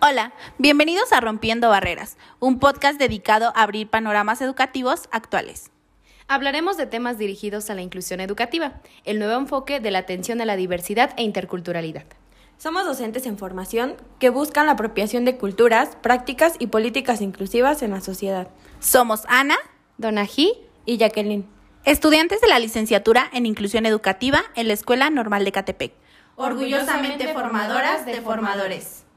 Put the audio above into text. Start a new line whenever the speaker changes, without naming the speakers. Hola, bienvenidos a Rompiendo Barreras, un podcast dedicado a abrir panoramas educativos actuales.
Hablaremos de temas dirigidos a la inclusión educativa, el nuevo enfoque de la atención a la diversidad e interculturalidad.
Somos docentes en formación que buscan la apropiación de culturas, prácticas y políticas inclusivas en la sociedad.
Somos Ana,
Donají,
Y Jacqueline,
estudiantes de la licenciatura en Inclusión Educativa en la Escuela Normal de Catepec.
Orgullosamente formadoras de formadores.